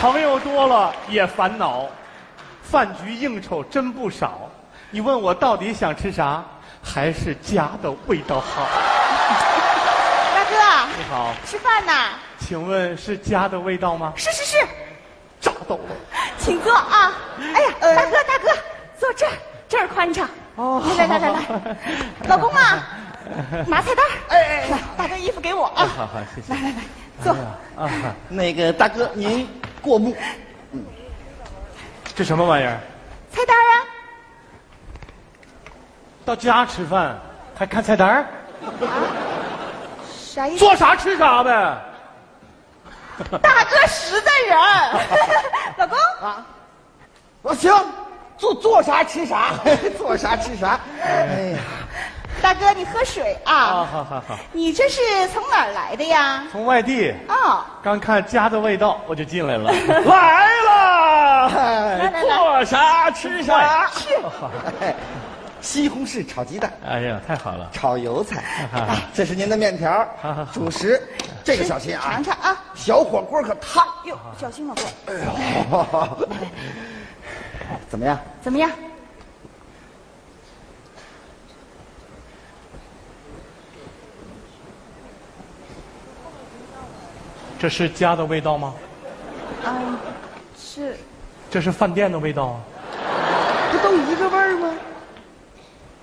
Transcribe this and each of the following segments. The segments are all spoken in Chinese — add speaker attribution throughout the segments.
Speaker 1: 朋友多了也烦恼，饭局应酬真不少。你问我到底想吃啥，还是家的味道好。
Speaker 2: 大哥，
Speaker 1: 你好，
Speaker 2: 吃饭呢？
Speaker 1: 请问是家的味道吗？
Speaker 2: 是是是，
Speaker 1: 炸到了。
Speaker 2: 请坐啊。哎呀，大哥大哥，坐这儿，这儿宽敞。
Speaker 1: 哦
Speaker 2: 来来来 来来，老公 啊，拿菜单儿。哎哎，来，大哥衣服给我啊。
Speaker 1: 好好，谢谢。
Speaker 2: 来来来，坐。
Speaker 1: 啊，
Speaker 3: 那个大哥，您过目。
Speaker 1: 这什么玩意儿？
Speaker 2: 菜单儿啊。
Speaker 1: 到家吃饭还看菜单儿？
Speaker 2: 啥意思？
Speaker 1: 做啥吃啥呗。
Speaker 2: 大哥实在人儿， 老公，
Speaker 3: 我啊行，做做啥吃啥， 做啥吃啥。哎呀，
Speaker 2: 大哥你喝水
Speaker 1: 啊，
Speaker 2: 啊。
Speaker 1: 好好好。
Speaker 2: 你这是从哪儿来的呀？
Speaker 1: 从外地
Speaker 2: 哦，
Speaker 1: 刚看家的味道，我就进 来了。来了，
Speaker 2: 来来来
Speaker 1: 做啥吃啥。
Speaker 2: 去，
Speaker 3: 哎西红柿炒鸡蛋，
Speaker 1: 哎呀，太好了。
Speaker 3: 炒油 菜。
Speaker 1: 好好
Speaker 3: 哎这是您的面
Speaker 1: 好好
Speaker 3: 条
Speaker 1: 好，
Speaker 3: 主食，这个小心啊
Speaker 2: 尝。尝啊。
Speaker 3: 小火锅可烫。
Speaker 2: 哟，小心老公，
Speaker 3: 怎么样？
Speaker 2: 怎么样？
Speaker 1: 这是家的味道吗？
Speaker 2: 嗯，是，
Speaker 1: 这是饭店的味道啊。
Speaker 3: 不都一个味儿吗？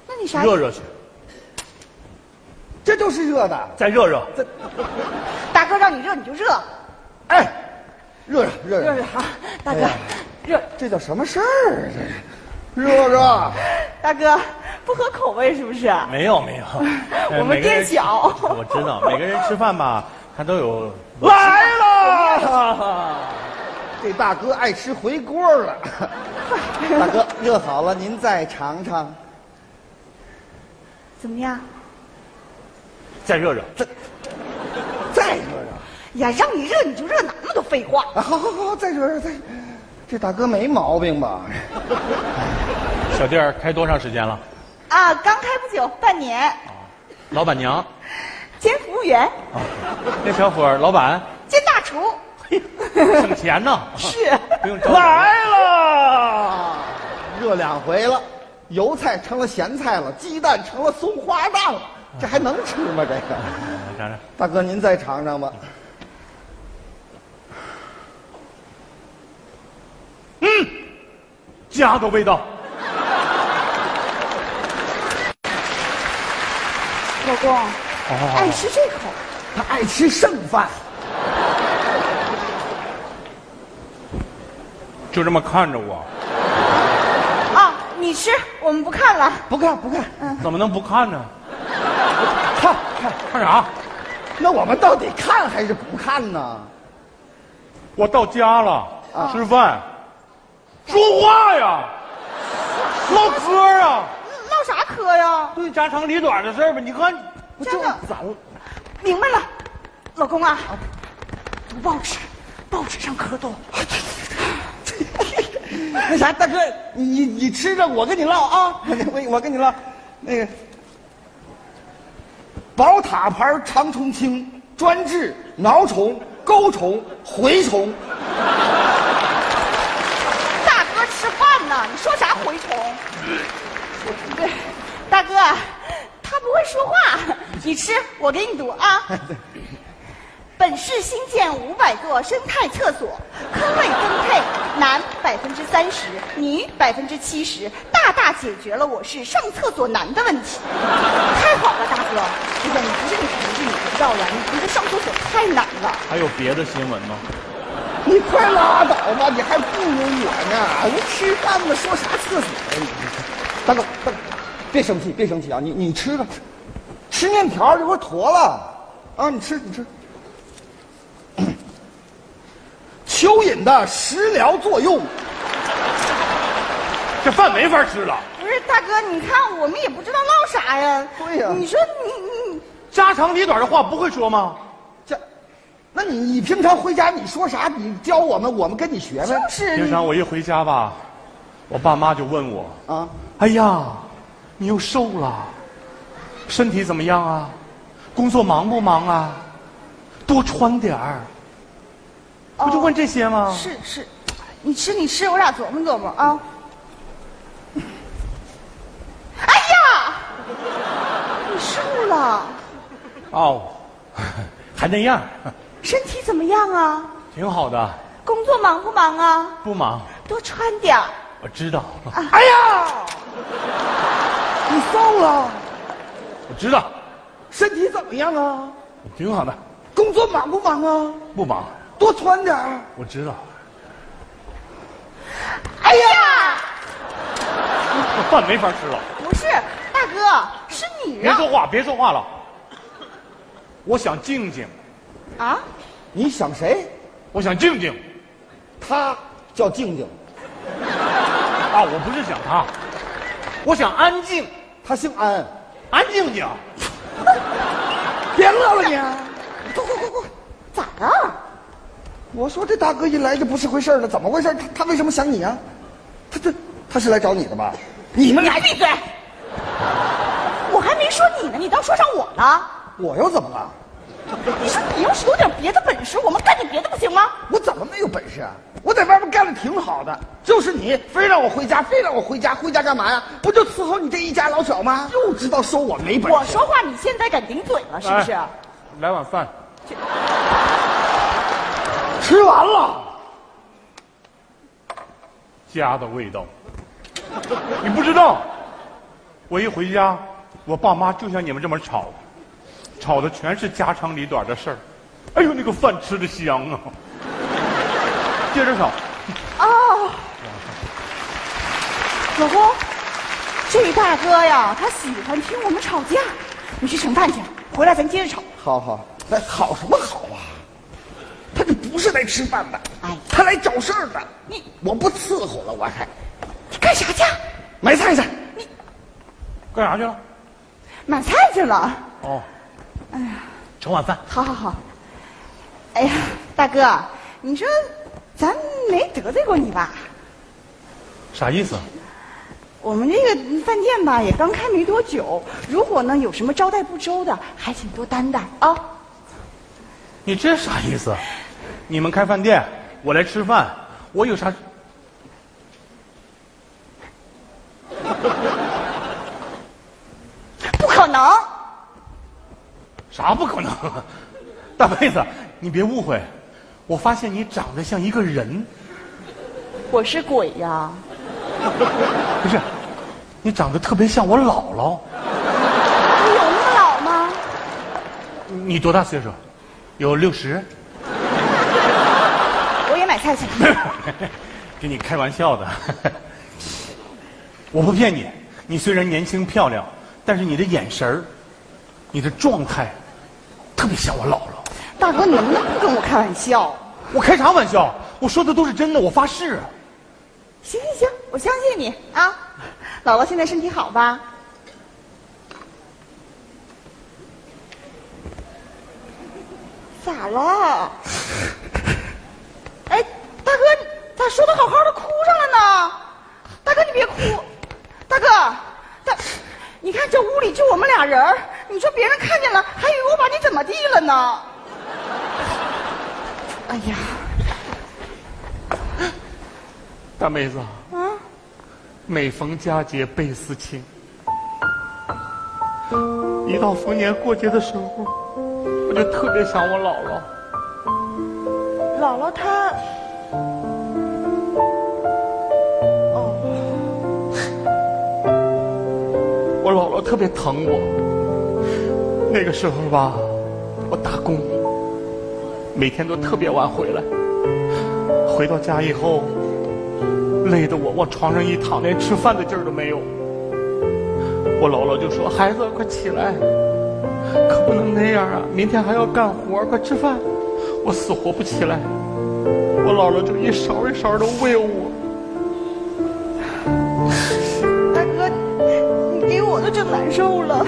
Speaker 2: 那你啥？
Speaker 1: 热热去，
Speaker 3: 这就是热的。
Speaker 1: 再热热。
Speaker 2: 大哥让你热你就热，
Speaker 3: 哎，热热热热
Speaker 2: 热热啊，大哥
Speaker 3: 哎呀，
Speaker 2: 热，
Speaker 3: 这叫什么事儿？啊这是热热，
Speaker 2: 大哥不合口味是不是？
Speaker 1: 没有没有，呃
Speaker 2: 我们
Speaker 1: 每个人
Speaker 2: 店小
Speaker 1: 我知道，每个人吃饭吧，他都有。
Speaker 3: 来了！这大哥爱吃回锅 了。大哥，热好了，您再尝尝。
Speaker 2: 怎么样？
Speaker 1: 再热热，
Speaker 3: 再热热，
Speaker 2: 呀，让你热你就热，哪那么多废话？
Speaker 3: 啊，好好好，再热热，再。这大哥没毛病吧？
Speaker 1: 小店儿开多长时间了？
Speaker 2: 啊，刚开不久，半年，
Speaker 1: 老板娘，
Speaker 2: 兼服务员，
Speaker 1: 那小伙儿，老板
Speaker 2: 兼 大厨，
Speaker 1: 省钱呢，
Speaker 2: 是。
Speaker 1: 不用着急。
Speaker 3: 来了，热两回了，油菜成了咸菜了，鸡蛋成了松花蛋了，这还能吃吗？这个，
Speaker 1: 尝尝，
Speaker 3: 大哥您再尝尝吧。
Speaker 1: 家的味道。
Speaker 2: 老公，爱吃这口，
Speaker 3: 他爱吃剩饭，
Speaker 1: 就这么看着我，
Speaker 2: 啊，你吃，我们不看了。
Speaker 3: 不看不看，
Speaker 1: 怎么能不看呢？
Speaker 3: 看看。
Speaker 1: 看啥？
Speaker 3: 那我们到底看还是不看呢？
Speaker 1: 我到家了，吃饭，说话呀，唠嗑啊，
Speaker 2: 唠嗯啥嗑呀？
Speaker 1: 对家长里短的事儿吧。你看，
Speaker 3: 不就
Speaker 2: 真的
Speaker 3: 咱们
Speaker 2: 明白了，老公啊，读报纸，报纸上可懂。
Speaker 3: 那 啥，大哥，你你你吃着，我跟你唠啊，我我跟你唠，那个宝塔牌长虫清专治挠虫、钩虫、蛔虫。
Speaker 2: 大哥吃饭呢，你说啥蛔虫？对，大哥，他不会说话，你吃，我给你读 啊。本市新建五百座生态厕所，坑位分配男百分之三十，女百分之七十，大大解决了我市上厕所难的问题。太好了，大哥！哎呀，你不是你同志，你不知道呀，你这上厕所太难了。
Speaker 1: 还有别的新闻吗？
Speaker 3: 你快拉倒吧，你还不如我呢！我吃饭呢，说啥厕所呀你？大哥，大哥，别生气，别生气啊！你你吃吧，吃面条这不是坨了啊！你吃，你吃。 蚯蚓的食疗作用，
Speaker 1: 这饭没法吃了，
Speaker 2: 不是大哥，你看我们也不知道唠啥呀。
Speaker 3: 对呀
Speaker 2: 你说你你
Speaker 1: 家长里短的话不会说吗？
Speaker 3: 这，那你你平常回家你说啥？你教我们，我们跟你学呗
Speaker 2: 就是
Speaker 1: 平常我一回家吧，我爸妈就问我，
Speaker 3: 啊！
Speaker 1: 哎呀，你又瘦了，身体怎么样啊？工作忙不忙啊？多穿点儿。不就问这些吗？
Speaker 2: 哦是是，你吃你吃，我俩琢磨琢磨啊。哎呀，你瘦了，
Speaker 1: 哦， 还那样，
Speaker 2: 身体怎么样啊？
Speaker 1: 挺好的，
Speaker 2: 工作忙不忙啊？
Speaker 1: 不忙。
Speaker 2: 多穿点儿
Speaker 1: 我知道，
Speaker 2: 啊
Speaker 3: 哎呀，你瘦了，
Speaker 1: 我知道，
Speaker 3: 身体怎么样啊？
Speaker 1: 挺好的，
Speaker 3: 工作忙不忙啊？
Speaker 1: 不忙。
Speaker 3: 多穿点儿
Speaker 1: 我知道，
Speaker 2: 哎呀，
Speaker 1: 我饭没法吃了。
Speaker 2: 不是，大哥，是你
Speaker 1: 别
Speaker 2: 让
Speaker 1: 说话，别说话了。我想静静，
Speaker 2: 啊？
Speaker 3: 你想谁？
Speaker 1: 我想静静
Speaker 3: 他叫静静，
Speaker 1: 啊！我不是想她，我想安静，
Speaker 3: 他姓安。
Speaker 1: 安静静。
Speaker 3: 别乐了你！啊
Speaker 2: 滚滚滚滚，咋了？
Speaker 3: 我说这大哥一来就不是回事儿了，怎么回事儿？他他为什么想你啊？他他他是来找你的吧？你们
Speaker 2: 你
Speaker 3: 俩
Speaker 2: 还闭嘴！我还没说你呢，你倒说上我了。
Speaker 3: 我又怎么了？
Speaker 2: 你说你要是有点别的本事，我们干点别的不行吗？
Speaker 3: 我怎么没有本事啊？我在外面干的挺好的，就是你非让我回家，非让我回家，回家干嘛呀？不就伺候你这一家老小吗？又知道说我没本事。
Speaker 2: 我说话你现在敢顶嘴了是不是？
Speaker 1: 哎来碗饭，
Speaker 3: 吃完了，
Speaker 1: 家的味道。 你不知道，我一回家，我爸妈就像你们这么吵，吵的全是家长里短的事儿。哎呦，那个饭吃的香啊！接着吵，
Speaker 2: 哦，老公，这大哥呀，他喜欢听我们吵架。你去盛饭去，回来咱接着吵。
Speaker 3: 好好，那好什么好啊？他这不是来吃饭的，
Speaker 2: 哎
Speaker 3: 他来找事儿的。
Speaker 2: 你
Speaker 3: 我不伺候了，我还
Speaker 2: 你干啥
Speaker 3: 啊
Speaker 2: 去？
Speaker 3: 买菜去。
Speaker 1: 干啥去了？
Speaker 2: 买菜去了。
Speaker 1: 哦，盛碗饭。
Speaker 2: 好好好。哎呀，大哥，你说咱没得罪过你吧？
Speaker 1: 啥意思？
Speaker 2: 我们这个饭店吧也刚开没多久，如果呢有什么招待不周的，还请多担待啊。
Speaker 1: 你这啥意思？你们开饭店，我来吃饭，我有啥？
Speaker 2: 不可能，
Speaker 1: 啥不可能？ 大妹子，你别误会，我发现你长得像一个人，
Speaker 2: 我是鬼呀！
Speaker 1: 不是，你长得特别像我姥姥。
Speaker 2: 我有那么老吗？
Speaker 1: 你多大岁数？有六十？
Speaker 2: 我也买菜去了。
Speaker 1: 跟你开玩笑的，我不骗你。你虽然年轻漂亮，但是你的眼神儿，你的状态，特别像我姥姥。
Speaker 2: 大哥，你能不能不跟我开玩笑？
Speaker 1: 我开啥玩笑？我说的都是真的，我发誓。啊
Speaker 2: 行行行，我相信你啊！ 姥姥现在身体好吧？咋了？哎，大哥，你咋说的好好的哭上了呢？大哥，你别哭，大哥，大，你看这屋里就我们俩人儿你说别人看见了，还以为我把你怎么地了呢？哎呀，
Speaker 1: 大妹子，
Speaker 2: 啊！
Speaker 1: 每逢佳节倍思亲。一到逢年过节的时候，我就特别想我姥姥。
Speaker 2: 姥姥她，哦
Speaker 1: 我姥姥特别疼我。那个时候吧，我打工，每天都特别晚回来。回到家以后，累得我往床上一躺，连吃饭的劲儿都没有。我姥姥就说：“孩子，快起来，可不能那样啊！明天还要干活，快吃饭。”我死活不起来，我姥姥就一勺一勺的喂我。
Speaker 2: 大哥，你给我都整难受了，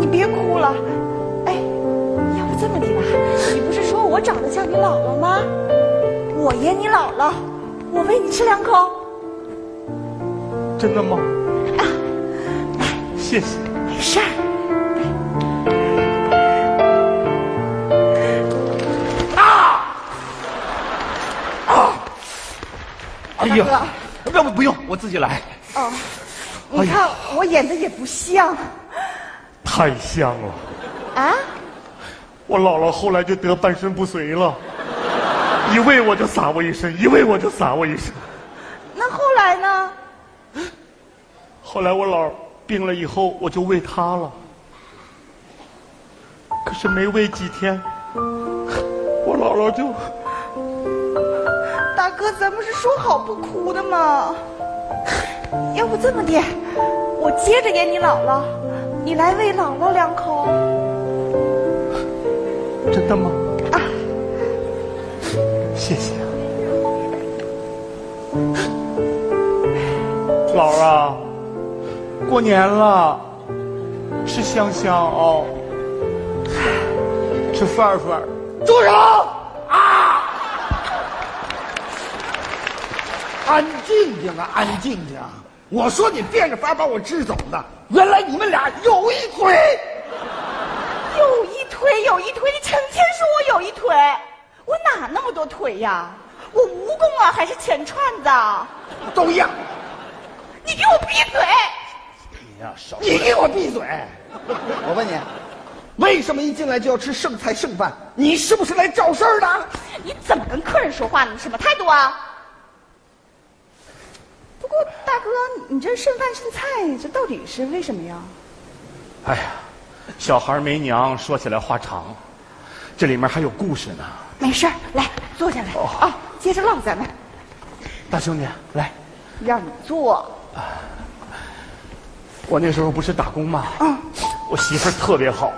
Speaker 2: 你别哭了，哎，要不这么的吧，你不是说我长得像你姥姥吗？我演你姥姥，我喂你吃两口，
Speaker 1: 真的吗？谢谢。
Speaker 2: 没事儿。
Speaker 3: 啊！
Speaker 2: 大哥。
Speaker 1: 要不不用，我自己来。
Speaker 2: 哦，你看我演的也不像
Speaker 1: 太像了，
Speaker 2: 啊，
Speaker 1: 我姥姥后来就得半身不遂了，一喂我就撒我一身，一喂我就撒我一身。
Speaker 2: 那后来呢？
Speaker 1: 后来我姥病了以后，我就喂她了。可是没喂几天，我姥姥就
Speaker 2: 大哥，咱们是说好不哭的吗？要不这么的，我接着演你姥姥，你来喂姥姥两口。
Speaker 1: 真的吗？
Speaker 2: 啊，
Speaker 1: 谢谢。姥儿啊，过年了，吃香香哦，吃饭饭。
Speaker 3: 住手！啊！安静静啊，安静静！我说你变着法把我支走的，原来你们俩有一腿。
Speaker 2: 有一腿有一腿，你成天说我有一腿，我哪那么多腿呀？我蜈蚣啊，还是钱串子？啊？
Speaker 3: 都一样。
Speaker 2: 你给我闭嘴！
Speaker 1: 你哎呀、少
Speaker 3: 你给我闭嘴！我问你，为什么一进来就要吃剩菜剩饭？你是不是来找事儿的？
Speaker 2: 你怎么跟客人说话呢？你什么态度啊？不过大哥，你这剩饭剩菜，这到底是为什么呀？
Speaker 1: 哎呀，小孩没娘，说起来话长，这里面还有故事呢。
Speaker 2: 没事儿，来坐下来啊，接着唠咱们。
Speaker 1: 大兄弟，来，
Speaker 2: 让你坐，
Speaker 1: 我那时候不是打工吗？我媳妇儿特别好，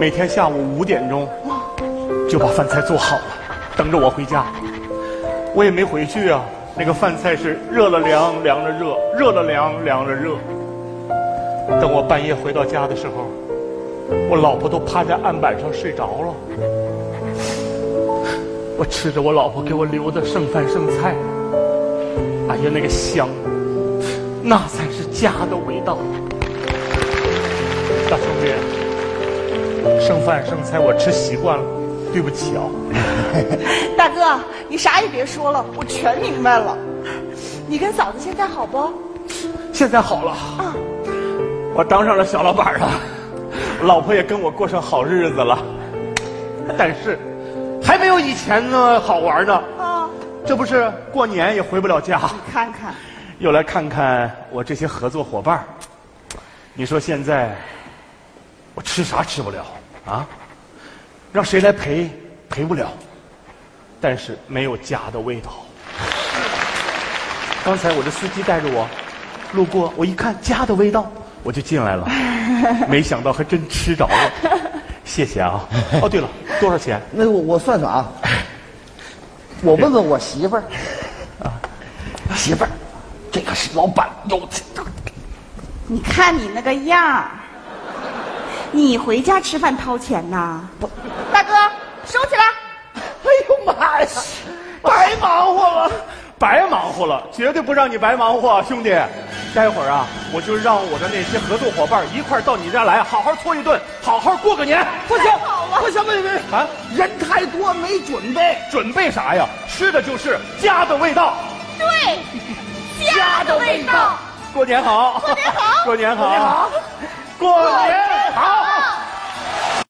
Speaker 1: 每天下午五点钟就把饭菜做好了，等着我回家。我也没回去啊，那个饭菜是热了凉，凉了热，热了凉，凉了热。等我半夜回到家的时候，我老婆都趴在案板上睡着了。我吃着我老婆给我留的剩饭剩菜，哎呀，那个香，那才是家的味道。大兄弟，剩饭剩菜我吃习惯了，对不起啊。
Speaker 2: 大哥，你啥也别说了，我全明白了。你跟嫂子现在好不？
Speaker 1: 现在好了，我当上了小老板了，老婆也跟我过上好日子了，但是还没有以前呢好玩呢。
Speaker 2: 啊，
Speaker 1: 这不是过年也回不了家，
Speaker 2: 看看，
Speaker 1: 又来看看我这些合作伙伴儿。你说现在我吃啥吃不了啊？让谁来陪陪不了，但是没有家的味道。刚才我的司机带着我路过，我一看家的味道，我就进来了，没想到还真吃着了。谢谢啊！哦，对了，多少钱？
Speaker 3: 那我我算算啊，我问问我媳妇儿， 啊，媳妇儿，这个是老板有
Speaker 2: 你看你那个样儿，你回家吃饭掏钱呐？大哥，收起来。
Speaker 3: 哎呦妈呀， 白忙活了。
Speaker 1: 白忙活了，绝对不让你白忙活，兄弟。待会儿啊，我就让我的那些合作伙伴一块儿到你家来，好好搓一顿，好好过个年。
Speaker 3: 不行
Speaker 2: 太好了，
Speaker 3: 不行，不行，不行，
Speaker 1: 啊，
Speaker 3: 人太多没准备。
Speaker 1: 准备啥呀？吃的就是家的味道。
Speaker 2: 对，家的味道。
Speaker 1: 过年好，过
Speaker 2: 年好
Speaker 1: 过年好，
Speaker 3: 过年好，
Speaker 1: 过年好。